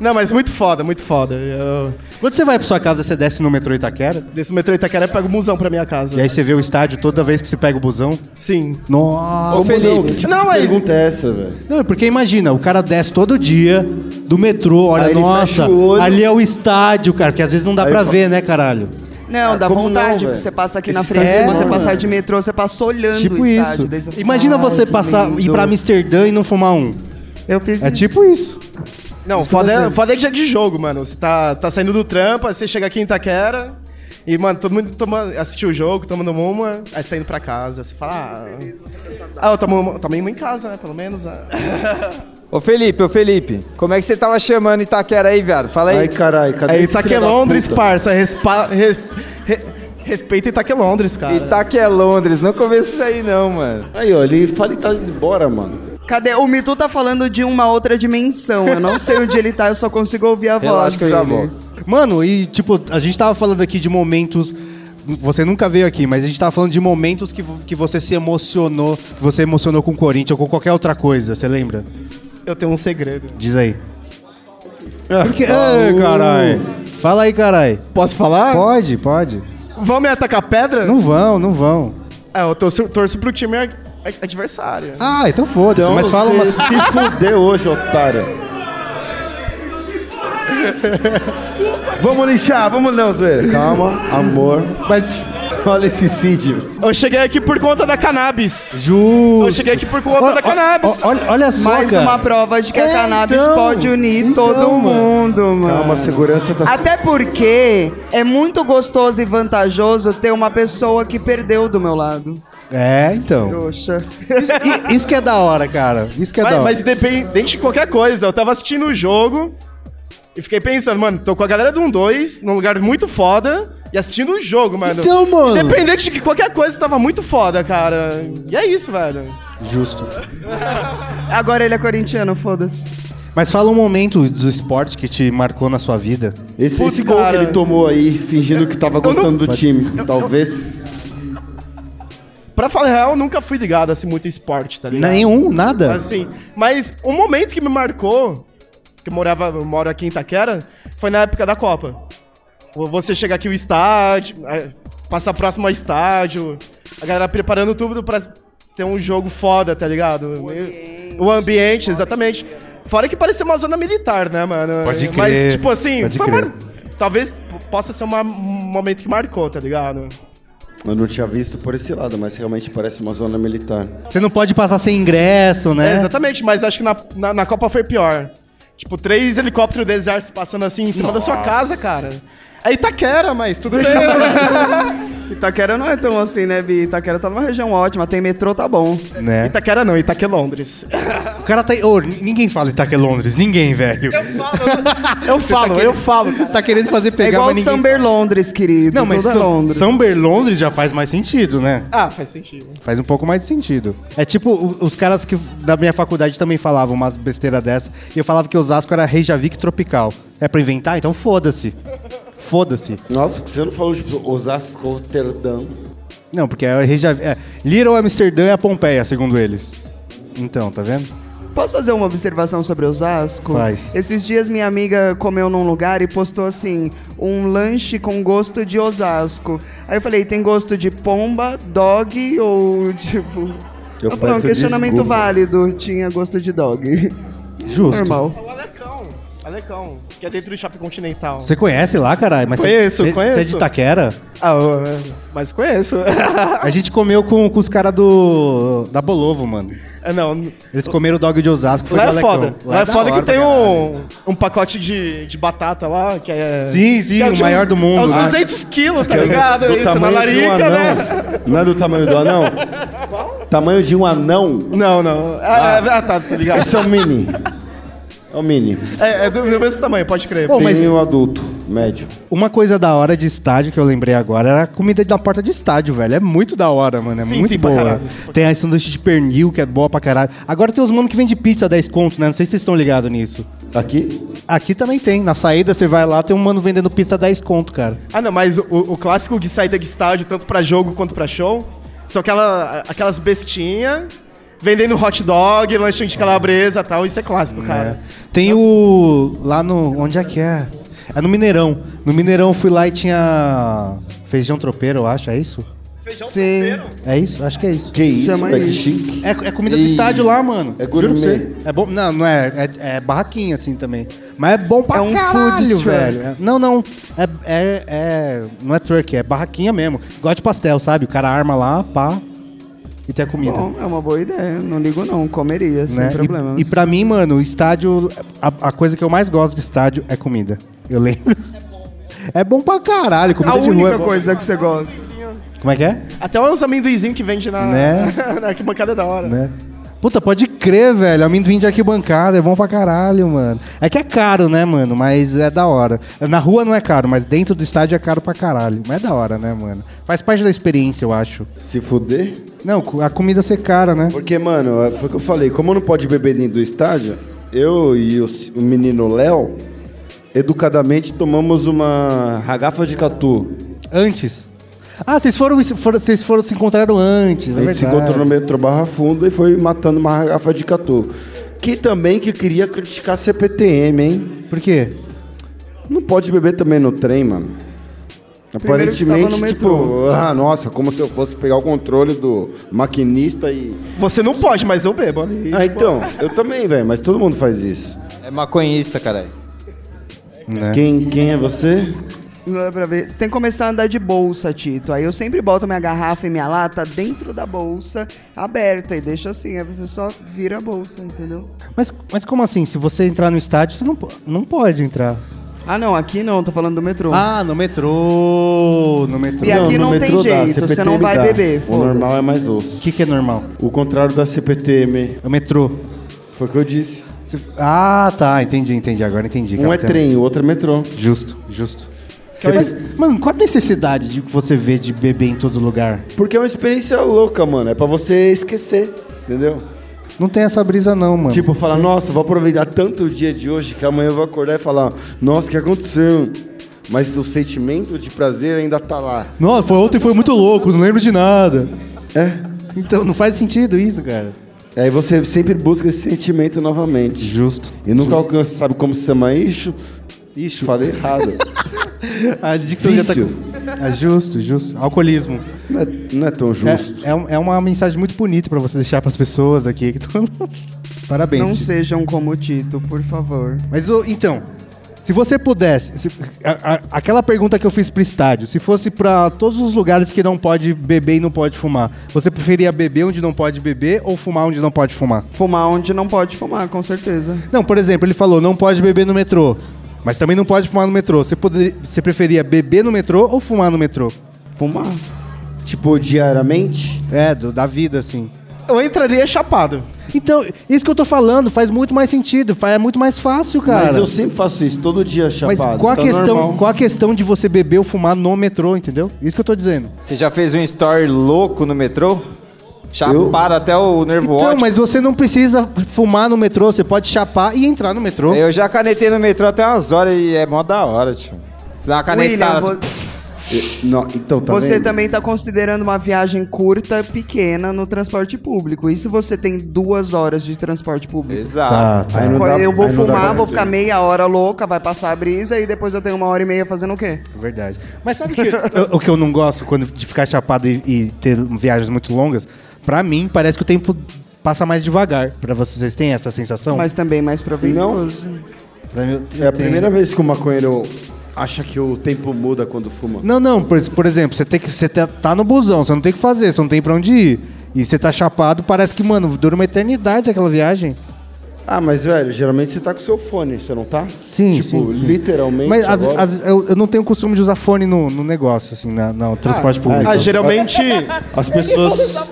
Não, mas muito foda, muito foda. Eu Quando você vai pra sua casa, você desce no metrô Itaquera? desço no metrô Itaquera e pego o busão pra minha casa. E aí você vê o estádio toda vez que você pega o busão? Sim. Nossa. Ô, Felipe. Não, que tipo de pergunta é essa, velho? Não, porque imagina, o cara desce todo dia do metrô, olha, Aí ele nossa, fecha o olho. ali é o estádio, cara, que às vezes não dá Aí pra ele ver, né, caralho? Não, dá Ah, como não, vontade. velho? você passa aqui na Esse frente, se estádio é você bom, passar velho. de metrô, você passa olhando Tipo o estádio. isso. daí você fala, Imagina "Ai, você que passar, ir lindo." pra Amsterdã e não fumar um. Eu fiz É isso. tipo isso. Não, que eu tô foda é, dizendo. foda é que já é de jogo, mano. Você tá, tá saindo do trampo, aí você chega aqui em Itaquera e, mano, todo mundo toma, assistiu o jogo, tomando uma, aí você tá indo pra casa, você fala. Ah, ah eu tomo uma- tomei uma em casa, né? Pelo menos. ah. Ô, Felipe, ô, Felipe, como é que você tava chamando Itaquera aí, viado? Fala aí. Ai, caralho, Tá É cadê Aí esse filho da Itaquelondres, puta? parça. Respa, res, re, respeita Itaquelondres, cara. Itaquelondres, é não começa isso aí não, mano. Aí, ó, ele fala e tá indo embora, mano. Cadê? O Mitu tá falando de uma outra dimensão. Eu não sei onde ele tá, eu só consigo ouvir a voz dele. Mano, e tipo, a gente tava falando aqui de momentos. Você nunca veio aqui, mas a gente tava falando de momentos que, vo- que você se emocionou, que você emocionou com o Corinthians ou com qualquer outra coisa, você lembra? Eu tenho um segredo. Diz aí. Ah, Porque, Ei, carai. Fala aí, carai. Posso falar? Pode, pode. Vão me atacar pedra? Não vão, não vão. É, eu torço, torço pro time ad- adversário. Ah, então foda-se, Então mas fala você uma. *laughs* se fudeu hoje, otário. vamos lixar, vamos não, zoeira. Calma, amor. Mas olha esse Cid. Eu cheguei aqui por conta da cannabis. Justo. Eu cheguei aqui por conta da cannabis. Olha, olha só, Mais cara. uma prova de que É, a cannabis então, pode unir todo então, mano. mundo, mano. Calma, a segurança tá... Até porque é muito gostoso e vantajoso ter uma pessoa que perdeu do meu lado. É, então. Trouxa. I- Isso que é da hora, cara. Isso que é da Mas, hora. mas independente de qualquer coisa, eu tava assistindo o jogo e fiquei pensando, mano, tô com a galera do 1-2 num lugar muito foda e assistindo o jogo, mano. Então, mano. Independente de qualquer coisa, tava muito foda, cara. E é isso, velho. Justo. Agora ele é corintiano, foda-se. Mas fala um momento do esporte que te marcou na sua vida. Esse, esse gol que ele tomou aí, fingindo que tava gostando do time. Talvez. Pra falar a real, eu nunca fui ligado assim muito em esporte, tá ligado? Nenhum? Nada? Assim, mas um momento que me marcou, que eu morava, eu moro aqui em Itaquera, foi na época da Copa. Você chegar aqui o estádio, é, passar próximo ao estádio, a galera preparando tudo pra ter um jogo foda, tá ligado? O ambiente, exatamente. Fora que parecia uma zona militar, né, mano? Pode crer, Mas, tipo assim, pode foi crer. uma- talvez p- possa ser uma- um momento que marcou, tá ligado? Eu não tinha visto por esse lado, mas realmente parece uma zona militar. Você não pode passar sem ingresso, É, né? exatamente, mas acho que na, na, na Copa foi pior. Tipo, três helicópteros do exército passando assim em cima da sua Nossa. casa, cara. É Itaquera, mas tudo bem. Itaquera não é tão assim, né, Bi? Itaquera tá numa região ótima, tem metrô, tá bom. É, Né? *laughs* Itaquera não, Itaquera é Londres. O cara tá. Ô, ninguém fala Itaque Londres, ninguém, velho. *laughs* Eu falo, eu falo. Tá querendo fazer pegar, É igual mas o ninguém... Samber Londres, querido. Não, mas Tudo é São, Londres. São Berlondres já faz mais sentido, né? Ah, faz sentido. Faz um pouco mais de sentido. É tipo, o- os caras que da minha faculdade também falavam umas besteira dessa. E eu falava que Osasco era Reykjavik tropical. É pra inventar? Então foda-se. Foda-se. Nossa, você não falou de Osasco Roterdão. Não, porque é Reykjavik... É, Little Amsterdã é a Pompeia, segundo eles. Então, tá vendo? Posso fazer uma observação sobre Osasco? Faz. Esses dias minha amiga comeu num lugar e postou assim, um lanche com gosto de Osasco. Aí eu falei, tem gosto de pomba, dog ou *laughs* tipo... Eu Ela falou, um peço questionamento desculpa. válido, tinha gosto de dog. Justo. Normal. É O Alecão, Alecão, que é dentro do Shopping Continental. Você conhece lá, caralho? Mas você- Conheço, você- conheço. Você é de *laughs* Itaquera? Ah, eu- eu- mas conheço. *laughs* A gente comeu com, com os caras do. da Bolovo, mano. É, não, Eles comeram o dog de Osasco, foi lá do é Alecão. foda. Lá, é da foda hora que tem pra um, um pacote de, de batata lá, que é... Sim, sim, que é o de maior uns- do mundo. É uns Ah. 200 quilos, tá Que é ligado? do Isso, na tamanho de um larica, anão. né? Não é do tamanho do anão? Tamanho de um anão? Não, não. Ah, é- ah, tá, tô ligado. Esse é o mini. É o mini. É, é do, do mesmo tamanho, pode crer. Bom, Tem mas- um adulto, médio. Uma coisa da hora de estádio que eu lembrei agora era a comida da porta de estádio, velho. É muito da hora, mano. É Sim, muito sim, pra boa. caralho, sim, tem a sanduíche de pernil, que é boa pra caralho. Agora tem os mano que vende pizza 10 conto, né? Não sei se vocês estão ligados nisso. Aqui? Aqui também tem. Na saída você vai lá, tem um mano vendendo pizza 10 conto, cara. Ah, não, mas o, o clássico de saída de estádio, tanto pra jogo quanto pra show, são aquela, aquelas bestinhas vendendo hot dog, lanchinho de calabresa e tal. Isso é clássico, cara. Tem o. Lá no. Onde é que é? É no Mineirão. No Mineirão eu fui lá e tinha. Feijão tropeiro, eu acho, é isso? Sim. É isso? Acho que é isso. Que isso, Chama velho, que isso. chique. É, é comida do E- estádio lá, mano. É Juro pra gourmet. você. É bom. Não, não é. É, é barraquinha, assim também. Mas é bom pra É um caralho, food truck. velho. É- Não, não. É, é, é- Não é truck, é barraquinha mesmo. Igual de pastel, sabe? O cara arma lá, pá. E tem a comida. Bom, é uma boa ideia, não ligo não, comeria, sem né? E- problemas. E, pra mim, mano, o estádio. A, a coisa que eu mais gosto do estádio é comida. Eu lembro. É bom pra caralho, comida A de rua. é única bom. coisa que você gosta. Como é que é? Até os amendoinzinhos que vende na, *laughs* Né? na arquibancada é da hora. Né? Puta, pode crer, velho. Amendoim de arquibancada é bom pra caralho, mano. É que é caro, né, mano? Mas é da hora. Na rua não é caro, mas dentro do estádio é caro pra caralho. Mas é da hora, né, mano? Faz parte da experiência, eu acho. Se fuder? Não, a comida ser cara, né? Porque, mano, é, foi o que eu falei. Como não pode beber dentro do estádio, eu e o, c- o menino Léo, educadamente, tomamos uma garrafa de catu. Antes. Ah, vocês foram, foram- vocês foram se encontraram antes, A é gente se verdade. encontrou no metrô Barra Funda e foi matando uma garrafa de catu. Que também que queria criticar a CPTM, hein? Por quê? Não pode beber também no trem, mano. Primeiro que estava Aparentemente, no tipo, metrô. ah, nossa, como se eu fosse pegar o controle do maquinista e. Você não pode, mas eu bebo ali. Ah, então, eu também, velho, mas todo mundo faz isso. É maconhista, caralho. Né? Quem, quem é você? Não é pra ver. Tem que começar a andar de bolsa, Tito. Aí eu sempre boto minha garrafa e minha lata dentro da bolsa, aberta, e deixo assim. Aí você só vira a bolsa, entendeu? Mas, mas como assim? Se você entrar no estádio, você não, po- não pode entrar. Ah, não, aqui não, tô falando do metrô. Ah, no metrô, no metrô. E aqui Não, no não tem metrô dá, jeito, você não CPTM vai dá. beber, O foda-se. normal é mais osso. O que, que é normal? O contrário da CPTM. É o metrô. Foi o que eu disse. Ah, tá, entendi, entendi, agora entendi. Um é Capitão. trem, o outro é metrô. Justo, justo. Então, Mas, mano, qual a necessidade de que você vê de beber em todo lugar? Porque é uma experiência louca, mano. É pra você esquecer, entendeu? Não tem essa brisa não, mano. Tipo, falar, nossa, vou aproveitar tanto o dia de hoje que amanhã eu vou acordar e falar, nossa, o que aconteceu? Mas o sentimento de prazer ainda tá lá. Nossa, foi, ontem foi muito louco, não lembro de nada. É? Então, não faz sentido isso, cara. Aí você sempre busca esse sentimento novamente. Justo. E nunca alcança, sabe como se chama isso? Isso. *laughs* Falei errado. A dicção já tá... Vício. É justo, justo. Alcoolismo. Não é, não é tão justo. É, é um- é uma mensagem muito bonita pra você deixar pras pessoas aqui. que tão- *laughs* Parabéns. não Tito. sejam como o Tito, por favor. Mas ô, então, se você pudesse, se- a- a- aquela pergunta que eu fiz pro estádio, se fosse pra todos os lugares que não pode beber e não pode fumar, você preferia beber onde não pode beber ou fumar onde não pode fumar? Fumar onde não pode fumar, com certeza. Não, por exemplo, ele falou não pode beber no metrô, mas também não pode fumar no metrô. Você poderia, você preferia beber no metrô ou fumar no metrô? Fumar. Tipo, diariamente? É, do- da vida assim. Eu entraria chapado. Então, isso que eu tô falando faz muito mais sentido, fa- é muito mais fácil, cara. Mas eu sempre faço isso, todo dia chapado. Mas qual a, Tá questão, normal. qual a questão de você beber ou fumar no metrô, entendeu? Isso que eu tô dizendo. Você já fez um story louco no metrô? Chaparam até o nervo Então, óptico. mas você não precisa fumar no metrô, você pode chapar e entrar no metrô. Eu já canetei no metrô até umas horas e é mó da hora, tio. Você dá uma William, canetada. vo- assim, E- Não, então, tá você vendo? também tá considerando uma viagem curta, pequena, no transporte público. E se você tem duas horas de transporte público? Ah, Exato. Tá, tá. Aí não dá- eu vou aí não dá fumar, pra vou ver. ficar meia hora louca, vai passar a brisa e depois eu tenho uma hora e meia fazendo o quê? Verdade. Mas *laughs* sabe que eu- o que eu não gosto quando de ficar chapado e, e ter viagens muito longas? Pra mim, parece que o tempo passa mais devagar. Pra vocês, vocês têm essa sensação? Mas também mais proveitoso. Pra mim, eu- É a eu É primeira tenho. vez que o maconheiro acha que o tempo muda quando fuma. Não, não, por, por exemplo, você, tem que, você tá- tá no busão, você não tem o que fazer, você não tem pra onde ir. E você tá chapado, parece que, mano, dura uma eternidade aquela viagem. Ah, mas velho, geralmente você tá com seu fone, você não tá? Sim, tipo, sim, sim. literalmente. Mas às- agora- às- eu, eu não tenho o costume de usar fone no, no negócio, assim, na, no transporte público. assim. Ah, geralmente as pessoas.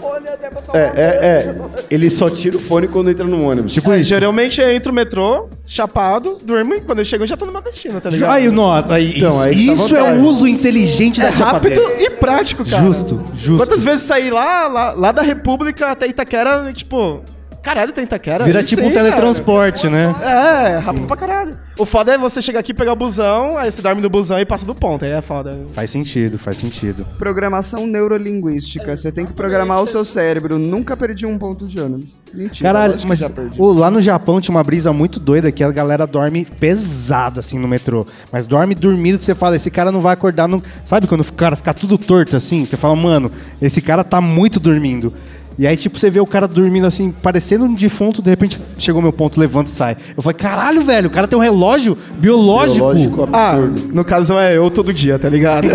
É, é, é. Ele só tira o fone quando entra no ônibus. Tipo É, geralmente eu entro no metrô, chapado, durmo e quando eu chego eu já tô no meu destino, tá ligado? Então, Aí, nota, aí, isso, isso é o uso inteligente tá é da chapadez. rápido e prático, cara. Justo, justo. Quantas vezes eu saí lá, lá, lá da República até Itaquera, e, tipo, caralho, tem Itaquera? Vira Nem tipo sei, um teletransporte, né? cara. É, rápido pra caralho. O foda é você chegar aqui, pegar o busão, aí você dorme no busão e passa do ponto, aí é foda. Faz sentido, faz sentido. Programação neurolinguística. Você tem que programar o seu cérebro. Nunca perdi um ponto de ônibus. Tipo, Mentira. Caralho, lógico que mas já perdi. ô, lá no Japão tinha uma brisa muito doida que a galera dorme pesado, assim, no metrô. Mas dorme dormindo que você fala, esse cara não vai acordar. Não... Sabe quando o cara fica tudo torto, assim? Você fala, mano, esse cara tá muito dormindo. E aí, tipo, você vê o cara dormindo assim, parecendo um defunto, de repente, chegou meu ponto, levanta e sai. Eu falei, caralho, velho, o cara tem um relógio biológico. Ah, no caso é eu todo dia, tá ligado?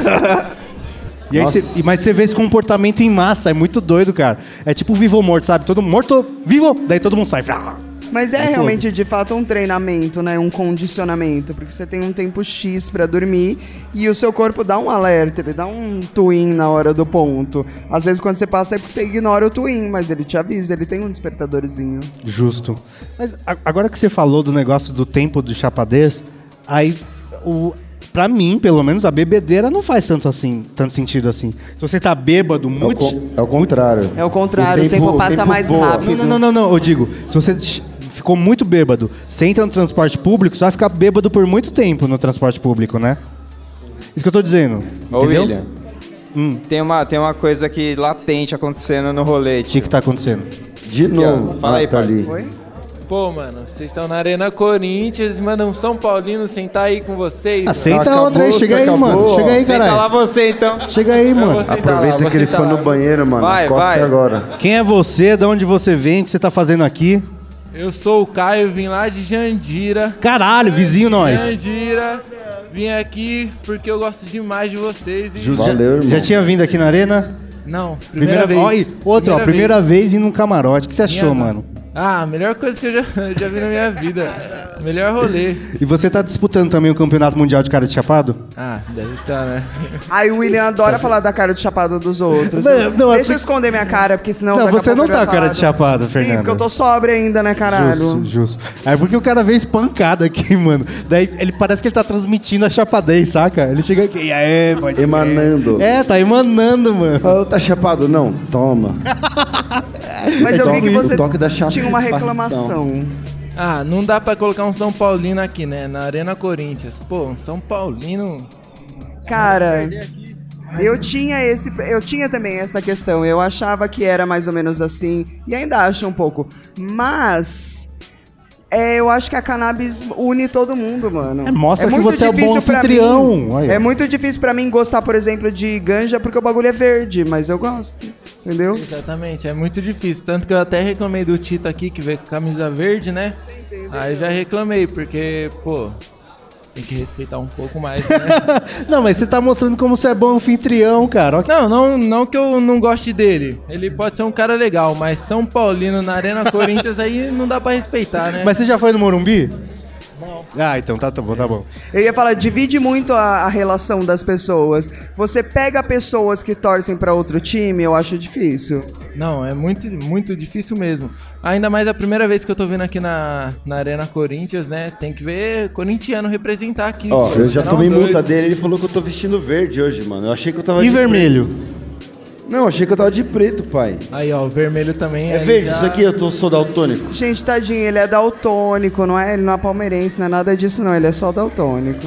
E aí Nossa. cê- e- mas você vê esse comportamento em massa, é muito doido, cara. É tipo vivo ou morto, sabe? Todo morto, vivo, daí todo mundo sai. Frá. Mas é Aí, realmente, de fato, um treinamento, né? Um condicionamento. Porque você tem um tempo X pra dormir e o seu corpo dá um alerta, ele dá um twin na hora do ponto. Às vezes, quando você passa, é porque você ignora o twin, mas ele te avisa, ele tem um despertadorzinho. Justo. Mas a- agora que você falou do negócio do tempo do chapadez, aí o pra mim, pelo menos a bebedeira não faz tanto assim, tanto sentido assim. Se você tá bêbado, muito É o contrário. É o contrário, o tempo, passa mais rápido. Não, não, não, não, eu digo, se você ch- ficou muito bêbado, você entra no transporte público, você vai ficar bêbado por muito tempo no transporte público, né? Isso que eu tô dizendo. Ô, entendeu? William. Tem, uma, tem uma coisa aqui latente acontecendo no rolê. O que, que tá acontecendo? De novo. Fala aí, Ah, tá pai. ali. Pô, mano, vocês estão na Arena Corinthians, manda um São Paulino sentar aí com vocês. Aceita mano. outra aí, chega aí, mano. Chega aí, caralho. você então. Chega aí, mano. Aproveita que ele foi no banheiro, mano. tá Vai, Encosta vai. agora. Quem é você? De onde você vem? O que você tá fazendo aqui? Eu sou o Caio, vim lá de Jandira. Caralho, vizinho nós. Jandira, vim aqui porque eu gosto demais de vocês. E... Justo. já, já tinha vindo aqui na arena? Não, primeira, Ó, e vez. outra, ó, primeira vez indo num camarote. O que você achou, Minha- mano? Ah, melhor coisa que eu já, *laughs* já vi na minha vida. Melhor rolê. E você tá disputando também o Campeonato Mundial de Cara de Chapado? Ah, deve tá, né? Aí o William adora falar da cara de chapado dos outros. Não, não, é Deixa eu esconder minha cara, porque senão. Não, daqui a você pouco não eu já tá com cara de falo. chapado, Ih, Fernanda. Porque eu tô sobre ainda, né, caralho? Justo, justo. É porque o cara veio espancado aqui, *laughs* mano. Daí ele parece que ele tá transmitindo a chapadez, saca? Ele chega aqui, e aí, *laughs* pode Emanando. É, tá emanando, mano. tá chapado? Não, *laughs* toma. Mas eu vi Então, Toque- que você o toque da chapa- tinha uma reclamação. Ah, não dá pra colocar um São Paulino aqui, né? Na Arena Corinthians. Pô, um São Paulino. Cara, eu tinha esse, eu tinha também essa questão. Eu achava que era mais ou menos assim e ainda acho um pouco, mas é, eu acho que a cannabis une todo mundo, mano. É, mostra que muito você é bom difícil pra anfitrião. mim. Olha. É muito difícil pra mim gostar, por exemplo, de ganja porque o bagulho é verde, mas eu gosto, entendeu? Exatamente, é muito difícil. Tanto que eu até reclamei do Tito aqui, que veio com camisa verde, né? Aí eu já reclamei, porque, pô, tem que respeitar um pouco mais, né? Não, mas você tá mostrando como você é bom anfitrião, cara. Ó, Não, não, não que eu não goste dele. Ele pode ser um cara legal, mas São Paulino na *laughs* Arena Corinthians aí não dá pra respeitar, né? Mas você já foi no Morumbi? Não. Ah, então tá, tá bom, tá bom. Eu ia falar, divide muito a, a relação das pessoas. Você pega pessoas que torcem pra outro time, eu acho difícil. Não, é muito, muito difícil mesmo. Ainda mais a primeira vez que eu tô vindo aqui na, na Arena Corinthians, né? Tem que ver corintiano representar aqui. Ó, pô, eu já será Tá um tomei doido. multa dele, ele falou que eu tô vestindo verde hoje, mano. Eu achei que eu tava E de vermelho? preto. Não, eu achei que eu tava de preto, pai. Aí, ó, o vermelho também É aí verde já- isso aqui, eu tô, sou daltônico. Gente, tadinho, ele é daltônico, não é? Ele não é palmeirense, não é nada disso, não. Ele é só daltônico.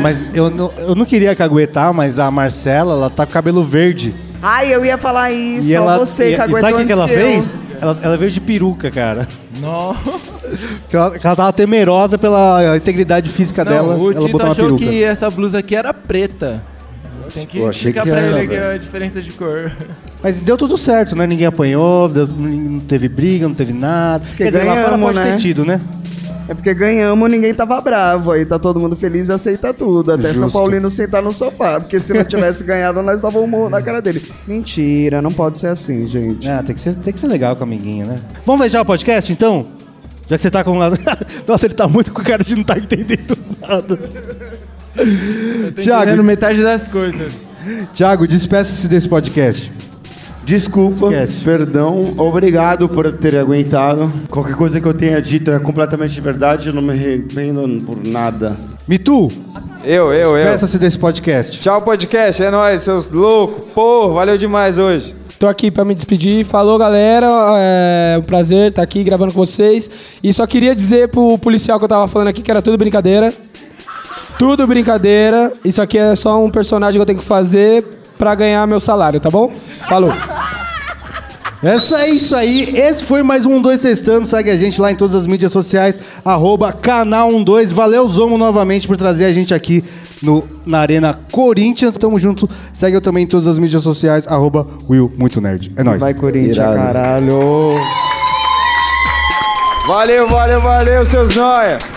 Mas, eu, não, eu não queria caguetar, mas a Marcela, ela tá com cabelo verde. Ai, eu ia falar isso. e ela, você e, e que aguentou sabe o que, que antes ela eu. fez? Ela, ela veio de peruca, cara. Não. Porque ela, que ela tava temerosa pela integridade física dela. Não, o ela Tito botou uma achou peruca. que essa blusa aqui era preta. Tem que Eu achei explicar que pra era, ele que é a velho. diferença de cor. Mas deu tudo certo, né? Ninguém apanhou, deu- não teve briga, não teve nada. Quer dizer, lá fora ganhamos, pode ter tido, né? É porque ganhamos, ninguém tava bravo. Aí tá todo mundo feliz e aceita tudo. Até São Justo. Paulino sentar no sofá. Porque se não tivesse *laughs* ganhado, nós dava um murro na cara dele. Mentira, não pode ser assim, gente. Ah, tem que ser, tem que ser legal com a amiguinha, né? Vamos fechar o podcast, então? Já que você tá com... *laughs* Nossa, ele tá muito com cara de não tá entendendo nada. Eu tô Thiago. É entendendo metade das coisas. Tiago, despeça-se desse podcast. Desculpa, perdão, obrigado por ter aguentado. Qualquer coisa que eu tenha dito é completamente verdade, eu não me arrependo por nada. Mitu, Eu, eu, eu. Despeça-se desse podcast. Tchau, podcast. É nóis, seus loucos. Pô, valeu demais hoje. Tô aqui pra me despedir. Falou, galera. É um prazer estar aqui gravando com vocês. E só queria dizer pro policial que eu tava falando aqui que era tudo brincadeira. Tudo brincadeira. Isso aqui é só um personagem que eu tenho que fazer pra ganhar meu salário, tá bom? Falou. Essa é isso aí. Esse foi mais um 12 Testando. Segue a gente lá em todas as mídias sociais. Arroba canal 12. Valeu, Zomo, novamente por trazer a gente aqui no, na Arena Corinthians. Tamo junto. Segue eu também em todas as mídias sociais. Arroba Will Muito Nerd. É nóis. Vai, Corinthians, caralho. Valeu, valeu, valeu, seus nóia.